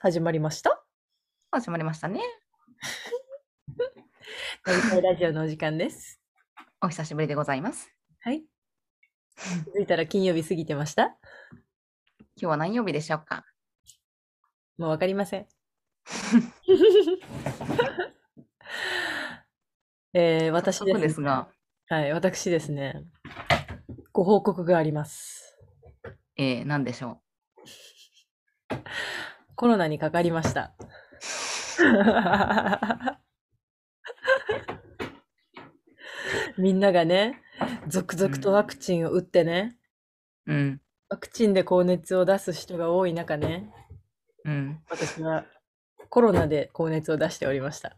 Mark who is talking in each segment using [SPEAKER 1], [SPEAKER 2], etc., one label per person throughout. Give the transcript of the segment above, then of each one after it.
[SPEAKER 1] 始まりました。
[SPEAKER 2] 始まりましたね。
[SPEAKER 1] 飲み会ラジオのお時間です。
[SPEAKER 2] お久しぶりでございます。
[SPEAKER 1] はい。気づいたら金曜日過ぎてました
[SPEAKER 2] 今日は何曜日でしょうか
[SPEAKER 1] もうわかりません。えー、私
[SPEAKER 2] 早
[SPEAKER 1] で
[SPEAKER 2] 速
[SPEAKER 1] す
[SPEAKER 2] ですが、
[SPEAKER 1] はい、私ですね。ご報告があります。
[SPEAKER 2] えー、何でしょ
[SPEAKER 1] コロナにかかりました。 みんながね、続々とワクチンを打ってね、
[SPEAKER 2] ううん、
[SPEAKER 1] ワクチンで高熱を出す人が多い中ね、
[SPEAKER 2] うん。
[SPEAKER 1] 私はコロナで高熱を出しておりました。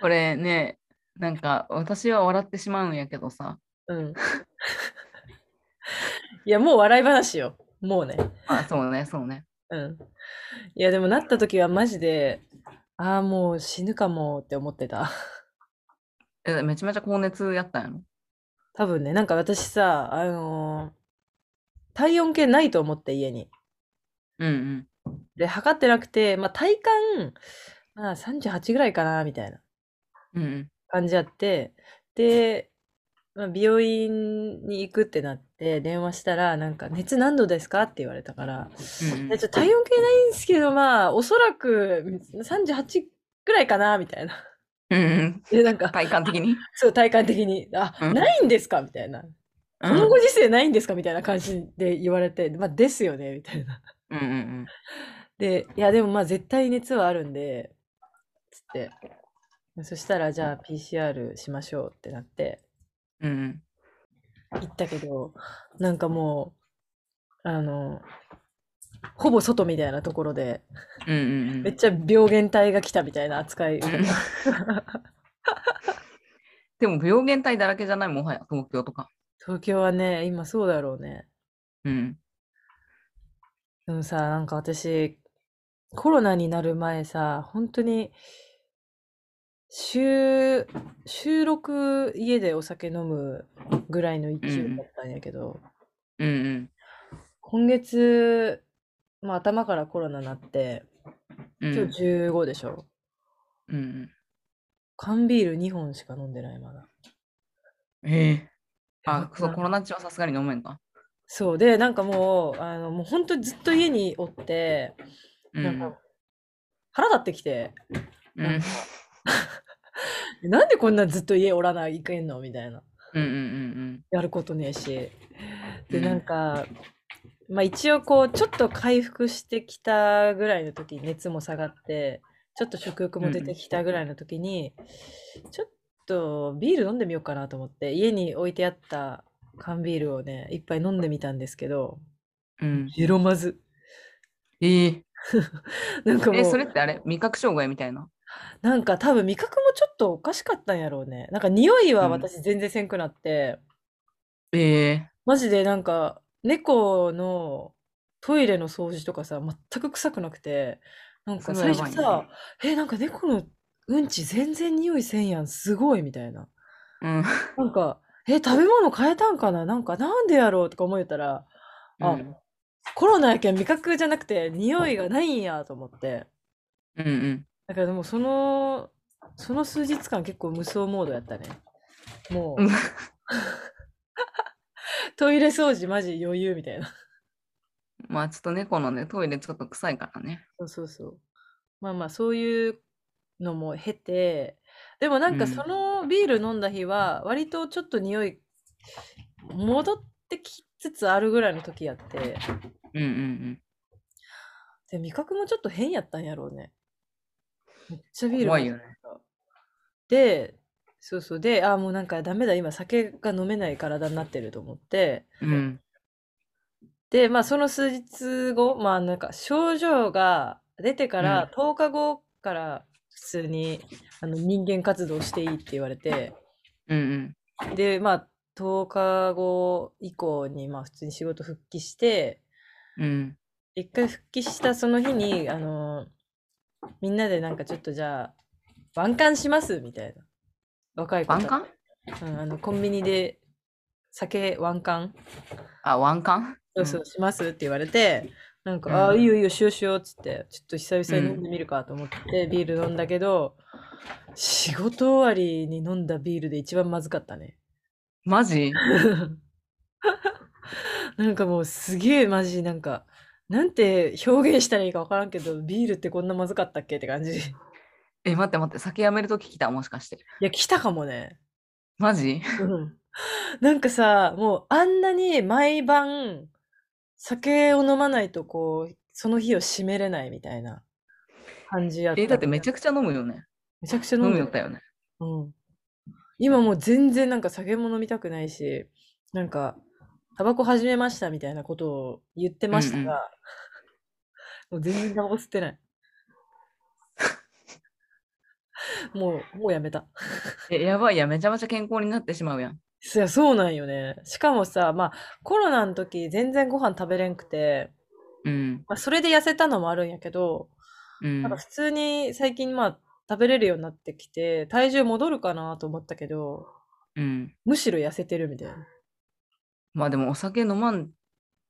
[SPEAKER 2] これね、なんか私は笑ってしまうんやけどさ、
[SPEAKER 1] うん。 いや、もう笑い話よ。もうね。
[SPEAKER 2] あ、そうね、そうね。
[SPEAKER 1] うん。いや、でもなった時はマジで、ああ、もう死ぬかもって思ってた。
[SPEAKER 2] えめちゃめちゃ高熱やったんやろ
[SPEAKER 1] 多分ね、なんか私さ、あのー体温計ないと思って家に。
[SPEAKER 2] うん
[SPEAKER 1] で、測ってなくて、まあ体感、まあ38ぐらいかな、みたいな。
[SPEAKER 2] うん。うん
[SPEAKER 1] 感じあってで、まあ、美容院に行くってなって電話したらなんか「熱何度ですか?」って言われたから「
[SPEAKER 2] うんうん
[SPEAKER 1] いやちょっと体温計ないんですけどまあおそらく38ぐらいかな」みたいな。
[SPEAKER 2] うんうん。
[SPEAKER 1] でなんか
[SPEAKER 2] 体感的 に。
[SPEAKER 1] そう体感的に「あ、
[SPEAKER 2] うん
[SPEAKER 1] ないんですか?」みたいな「
[SPEAKER 2] う
[SPEAKER 1] こ
[SPEAKER 2] んう
[SPEAKER 1] の
[SPEAKER 2] ん
[SPEAKER 1] ご時世ないんですか?」みたいな感じで言われて「まあですよね」みたいな。
[SPEAKER 2] うん
[SPEAKER 1] で、いや、でもまあ絶対熱はあるんで、つって。そしたら、じゃあ PCR しましょうってなって、
[SPEAKER 2] うん。うん
[SPEAKER 1] 行ったけど、なんかもう、あの、ほぼ外みたいなところで、
[SPEAKER 2] うんうんうん
[SPEAKER 1] めっちゃ病原体が来たみたいな扱い。
[SPEAKER 2] うん。でも病原体だらけじゃないもはや東京とか。
[SPEAKER 1] 東京はね、今そうだろうね。
[SPEAKER 2] うん。
[SPEAKER 1] でもさ、なんか私、コロナになる前さ、本当に、週、収録家でお酒飲むぐらいの勢いだったんやけど、
[SPEAKER 2] うんうん
[SPEAKER 1] 今月、まあ頭からコロナなって、
[SPEAKER 2] うん。
[SPEAKER 1] 今日15でしょ。
[SPEAKER 2] うんうん。
[SPEAKER 1] 缶ビール2本しか飲んでない、まだ。
[SPEAKER 2] ええあ、
[SPEAKER 1] こん
[SPEAKER 2] そ
[SPEAKER 1] な
[SPEAKER 2] う、コロナ中はさすがに飲めんか。
[SPEAKER 1] そうで、なんかもう、あの、もう本当にずっと家におって、
[SPEAKER 2] うん
[SPEAKER 1] なんか、腹立ってきて、
[SPEAKER 2] うん、
[SPEAKER 1] なんかなんでこんなずっと家おらないけんのみたいな。
[SPEAKER 2] うん、うん、
[SPEAKER 1] やることねえし。
[SPEAKER 2] う
[SPEAKER 1] で、
[SPEAKER 2] ん
[SPEAKER 1] なんか、まあ一応こう、ちょっと回復してきたぐらいの時に熱も下がって、ちょっと食欲も出てきたぐらいの時に、ちょっとビール飲んでみようかなと思って、家に置いてあった缶ビールをね、一杯飲んでみたんですけど、
[SPEAKER 2] うん、うん。
[SPEAKER 1] 白まず。
[SPEAKER 2] ええ
[SPEAKER 1] なんかも
[SPEAKER 2] え、そうれ、ってあれ、味覚障害みたいな。
[SPEAKER 1] なんか多分味覚もちょっとおかしかったんやろうね。なんか匂いは
[SPEAKER 2] うん
[SPEAKER 1] 私全然せんくなって、
[SPEAKER 2] ええ
[SPEAKER 1] マジでなんか猫のトイレの掃除とかさ全く臭くなくてなんか
[SPEAKER 2] そ
[SPEAKER 1] 最
[SPEAKER 2] れは
[SPEAKER 1] 初
[SPEAKER 2] やばい
[SPEAKER 1] さ「えなんか猫のうんち全然匂いせんやんすごい」みたいな
[SPEAKER 2] うん。
[SPEAKER 1] なんか「え食べ物変えたんかななんかなんでやろう?」とか思えたらあ
[SPEAKER 2] うん、
[SPEAKER 1] コロナやけん味覚じゃなくて匂いがないんやと思って
[SPEAKER 2] うん、うん。
[SPEAKER 1] だからでもそのその数日間結構無双モードやったねもう
[SPEAKER 2] うん
[SPEAKER 1] トイレ掃除マジ余裕みたいな
[SPEAKER 2] まあ、ちょっと猫のね、トイレちょっと臭いからね。
[SPEAKER 1] そうそうそう。まあまあそういうのも経て、でもなんか
[SPEAKER 2] うん
[SPEAKER 1] そのビール飲んだ日は割とちょっと匂い戻ってきつつあるぐらいの時やって、
[SPEAKER 2] うん、うん、
[SPEAKER 1] で味覚もちょっと変やったんやろうね。めっちゃビール
[SPEAKER 2] 怖いよね
[SPEAKER 1] 飲んだからで、そうそうで、ああもうなんかダメだ今酒が飲めない体になってると思って、
[SPEAKER 2] うん。うん、
[SPEAKER 1] で、まあ、その数日後、まあ、なんか症状が出てから10日後から普通にあの人間活動していいって言われて、
[SPEAKER 2] うん、
[SPEAKER 1] で、まあ、10日後以降に、まあ、普通に仕事復帰して、
[SPEAKER 2] うん、うん、
[SPEAKER 1] 一回復帰したその日に、あの、みんなでなんかちょっとじゃあ、晩餐しますみたいな。若い子た
[SPEAKER 2] ワ
[SPEAKER 1] ち
[SPEAKER 2] ンカン
[SPEAKER 1] うん、あの、コンビニで酒、ワンカン
[SPEAKER 2] あ、ワンカン
[SPEAKER 1] そうそう、しますって言われて、なんか、
[SPEAKER 2] うん
[SPEAKER 1] ああ、いいよいいよ、しようしようっつって、ちょっと久々に飲んでみるかと思って、ビール飲んだけど、仕事終わりに飲んだビールで一番まずかったね。
[SPEAKER 2] マジ
[SPEAKER 1] なんかもうすげえマジ、なんか、なんて表現したらいいかわからんけど、ビールってこんなまずかったっけって感じ。い
[SPEAKER 2] え、待って待って、酒やめるとき来た、もしかして。
[SPEAKER 1] や、来たかもね。
[SPEAKER 2] マジ
[SPEAKER 1] うん なんかさ、もうあんなに毎晩酒を飲まないとこう、その日を締めれないみたいな感じやった。
[SPEAKER 2] え、だってめち
[SPEAKER 1] ゃ
[SPEAKER 2] ゃくちゃ飲むよね。
[SPEAKER 1] めちゃくちゃ飲
[SPEAKER 2] 飲
[SPEAKER 1] ん
[SPEAKER 2] む
[SPEAKER 1] で
[SPEAKER 2] よったよね。
[SPEAKER 1] うん。今もう全然なんか酒も飲みたくないし、なんか、タバコ始めましたみたいなことを言ってました
[SPEAKER 2] うんうん
[SPEAKER 1] が、 もう全然タバコ吸 ってない。もう、もうやめた。
[SPEAKER 2] え、やばいや、めちゃめちゃ健康になってしまうやん。
[SPEAKER 1] いや、そうなんよね。しかもさ、まあ、コロナの時全然ご飯食べれんくて、
[SPEAKER 2] うん。
[SPEAKER 1] まあ、それで痩せたのもあるんやけど、
[SPEAKER 2] うん
[SPEAKER 1] なんか。普通に最近まあ、食べれるようになってきて、体重戻るかなと思ったけど、
[SPEAKER 2] うん。
[SPEAKER 1] むしろ痩せてるみたいな。
[SPEAKER 2] まあでもお酒飲まん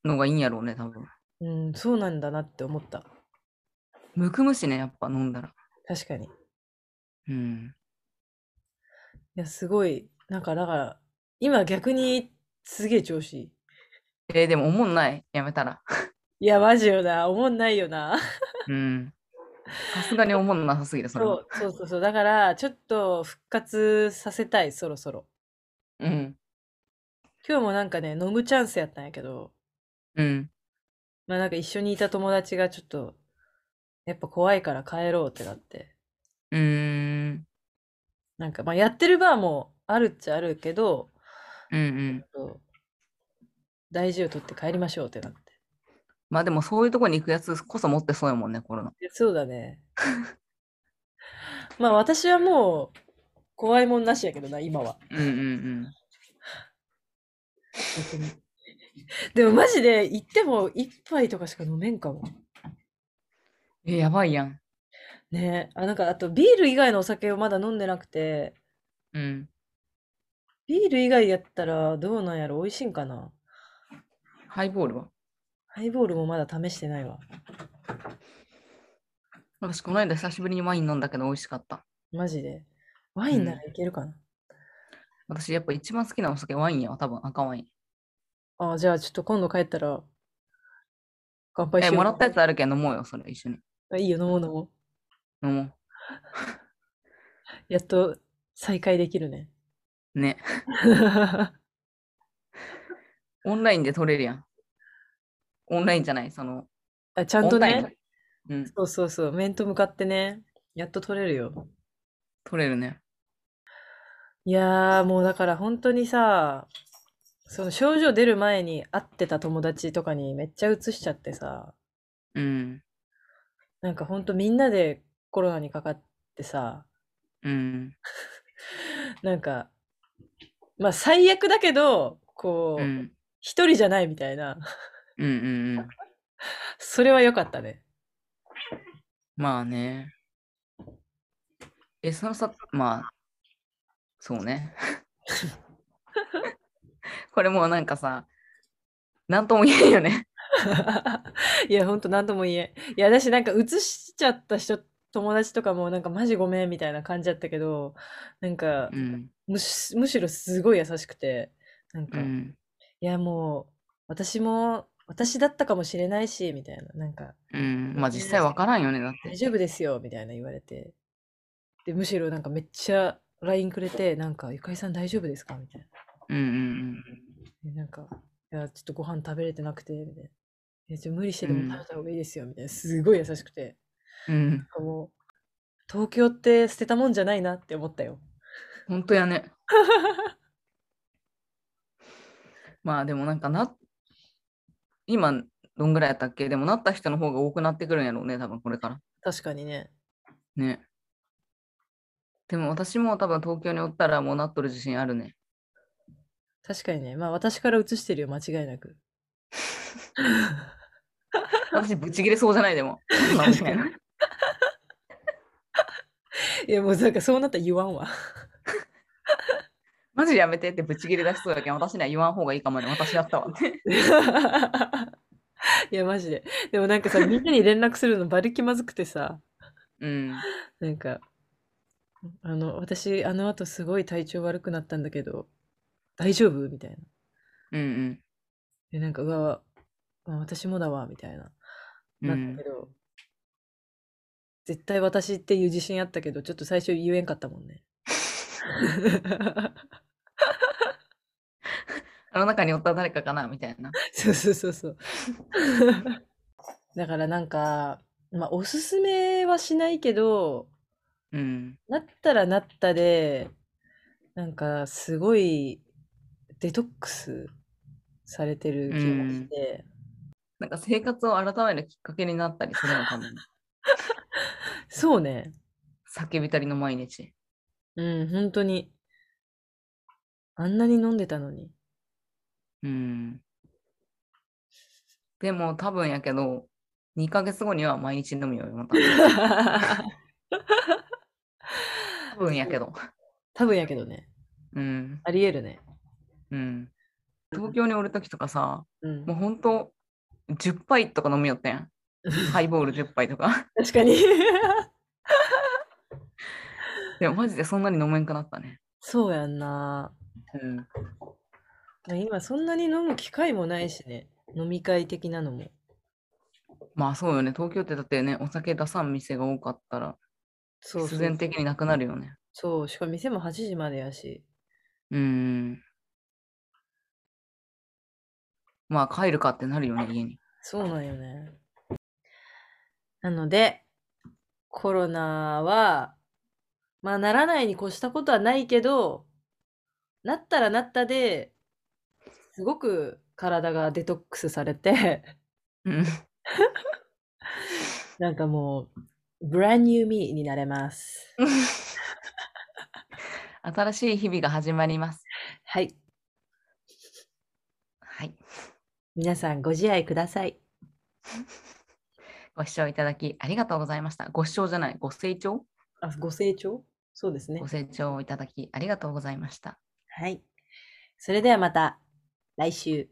[SPEAKER 2] のがいいんやろうね、多分。
[SPEAKER 1] うん、そうなんだなって思った。
[SPEAKER 2] むくむしね、やっぱ飲んだら。
[SPEAKER 1] 確かに。い
[SPEAKER 2] うん。
[SPEAKER 1] や、すごい、なんかだから、今逆にすげえ調子いい。
[SPEAKER 2] えーでも思んない。やめたら。
[SPEAKER 1] いや、マジよな、思んないよな。
[SPEAKER 2] うん。さすがに思んなさすぎる、それ
[SPEAKER 1] そ
[SPEAKER 2] は。
[SPEAKER 1] うそうそうそう、だから、ちょっと復活させたい、そろそろ。
[SPEAKER 2] うん。
[SPEAKER 1] 今日もなんかね、飲むチャンスやったんやけど、
[SPEAKER 2] うん。
[SPEAKER 1] まあなんか一緒にいた友達がちょっと、やっぱ怖いから帰ろうってなって。
[SPEAKER 2] うーん。
[SPEAKER 1] なんかまあやってるバーもあるっちゃあるけど、
[SPEAKER 2] うんうん。
[SPEAKER 1] そう大事を取って帰りましょうってなって。
[SPEAKER 2] まあでもそういうとこに行くやつこそ持ってそうやもんね、コロナ。
[SPEAKER 1] いやそうだね。 まあ私はもう怖いもんなしやけどな、今は。
[SPEAKER 2] うんうん
[SPEAKER 1] 別に でもマジで行っても一杯とかしか飲めんかも。
[SPEAKER 2] うん。え、やばいやん。
[SPEAKER 1] ねあ、なんかあとビール以外のお酒をまだ飲んでなくて、
[SPEAKER 2] うん。
[SPEAKER 1] ビール以外やったらどうなんやろ美味しいんかな
[SPEAKER 2] ハイボールは
[SPEAKER 1] ハイボールもまだ試してないわ。
[SPEAKER 2] 私、この間久しぶりにワイン飲んだけど美味しかった。
[SPEAKER 1] マジで。ワインならいけるかな、
[SPEAKER 2] 私、やっぱ一番好きなお酒ワインやわ、多分赤ワイン。
[SPEAKER 1] あ、じゃあちょっと今度帰ったら乾杯し
[SPEAKER 2] え、
[SPEAKER 1] よう。
[SPEAKER 2] もらったやつあるけん飲もうよ、それ一緒に。
[SPEAKER 1] あいいよ、飲もう飲もう。
[SPEAKER 2] 飲も
[SPEAKER 1] やっと再会できるね。
[SPEAKER 2] う。ね。オンラインで取れるやん。オンラインじゃない、その。
[SPEAKER 1] あちゃんと
[SPEAKER 2] オンライン
[SPEAKER 1] ね
[SPEAKER 2] だ、うん、
[SPEAKER 1] そうそうそう、面と向かってね、やっと取れるよ。
[SPEAKER 2] 取れるね。
[SPEAKER 1] いやー、もうだから本当にさ、その症状出る前に会ってた友達とかにめっちゃうつしちゃってさ、
[SPEAKER 2] うん。
[SPEAKER 1] なんか本当みんなでコロナにかかってさ、
[SPEAKER 2] うん。
[SPEAKER 1] なんか、まあ最悪だけど、こ
[SPEAKER 2] う
[SPEAKER 1] う、
[SPEAKER 2] ん。
[SPEAKER 1] 一人じゃないみたいな、
[SPEAKER 2] うん。うん。うん
[SPEAKER 1] それは良かったね。
[SPEAKER 2] まあね。え、そのさ、まあ、そうね。 これもうなんかさ、なんとも言えんよね。
[SPEAKER 1] いや、ほんと何とも言えん。いや、私なんか映しちゃった人、友達とかもなんかマジごめんみたいな感じだったけど、なんか
[SPEAKER 2] うん。
[SPEAKER 1] むし、むしろすごい優しくて、なん
[SPEAKER 2] う
[SPEAKER 1] か、い
[SPEAKER 2] ん。
[SPEAKER 1] やもう、私も、私だったかもしれないし、みたいな、なんか、
[SPEAKER 2] うん。まあ実際わからんよね、だっ
[SPEAKER 1] 大
[SPEAKER 2] て。
[SPEAKER 1] 丈夫ですよ、みたいな言われて。で、むしろなんかめっちゃ LINE くれて、なんか、ゆかりさん大丈夫ですかみたいな。
[SPEAKER 2] うんうん
[SPEAKER 1] でなんか、いや、ちょっとご飯食べれてなくて、みたいな。いや、ちょっと無理してでも
[SPEAKER 2] うん
[SPEAKER 1] 食べた方がいいですよ、みたいな。すごい優しくて。
[SPEAKER 2] うん。うん。
[SPEAKER 1] なんかもう東京って捨てたもんじゃないなって思ったよ。
[SPEAKER 2] ほんとやね。 まあでもなんかな、今、どんぐらいやったっけでもなった人の方が多くなってくるんやろうね、多分これから。
[SPEAKER 1] 確かにね。
[SPEAKER 2] ね。でも私も多分東京におったらもうなっとる自信あるね。
[SPEAKER 1] 確かにね。まあ私から移してるよ、間違いな く。
[SPEAKER 2] 私、ぶち切れそうじゃないでも。
[SPEAKER 1] 確かにいや、もうなんかそうなったら言わんわ。
[SPEAKER 2] マジやめてってぶち切れ出しそうだけど、私には言わん方がいいかもね。私 やったわ。
[SPEAKER 1] いや、マジで。でもなんかさ、みんなに連絡するのバリ気まずくてさ、
[SPEAKER 2] うん。
[SPEAKER 1] なんか、あの、私、あの後すごい体調悪くなったんだけど、大丈夫みたいな。
[SPEAKER 2] うん
[SPEAKER 1] で、なんか、うわ、あ私もだわ、みたいな。
[SPEAKER 2] うん。う
[SPEAKER 1] なった
[SPEAKER 2] ん
[SPEAKER 1] けど、絶対私っていう自信あったけど、ちょっと最初言えんかったもん ね。
[SPEAKER 2] あの中におった誰かかなみたいな。
[SPEAKER 1] そうそうそうそう。だからなんか、まあ、おすすめはしないけど、
[SPEAKER 2] うん。
[SPEAKER 1] なったらなったで、なんかすごいデトックスされてる気がして、
[SPEAKER 2] なんか生活を改めるきっかけになったりするのかも。
[SPEAKER 1] そうね、
[SPEAKER 2] 叫びたりの毎日。
[SPEAKER 1] うん、本当に。あんなに飲んでたの に。
[SPEAKER 2] うん。でも多分やけど、2ヶ月後には毎日飲むよ、また。多分やけど。
[SPEAKER 1] 多分やけどね、
[SPEAKER 2] うん。
[SPEAKER 1] ありえるね。
[SPEAKER 2] うん。東京におるときとかさ、
[SPEAKER 1] うん
[SPEAKER 2] もう、ほんと、10杯とか飲みよってん。ハイボール10杯とか。
[SPEAKER 1] 確かに。
[SPEAKER 2] でもマジでそんなに飲めんくなったね。
[SPEAKER 1] そうやんな。
[SPEAKER 2] うん。
[SPEAKER 1] まあ今そんなに飲む機会もないしね、飲み会的なのも。
[SPEAKER 2] まあそうよね。東京ってだってね、お酒出さん店が多かったら、
[SPEAKER 1] そうそ
[SPEAKER 2] 必
[SPEAKER 1] う
[SPEAKER 2] 然的になくなるよね。
[SPEAKER 1] そう、しかも店も8時までやし。
[SPEAKER 2] うん。まあ帰るかってなるよね、家に。
[SPEAKER 1] そうなんよね。なので、コロナは、まあならないに越したことはないけど、なったらなったで、すごく体がデトックスされて、
[SPEAKER 2] うん。
[SPEAKER 1] なんかもう、ブランニューミーになれます。
[SPEAKER 2] 新しい日々が始まります。
[SPEAKER 1] はい。
[SPEAKER 2] はい。
[SPEAKER 1] 皆さんご自愛ください。
[SPEAKER 2] ご視聴いただきありがとうございました。ご視聴じゃない、ご清聴
[SPEAKER 1] あ、ご清聴そうですね
[SPEAKER 2] ご。清聴いただきありがとうございました。
[SPEAKER 1] はい。それではまた来週。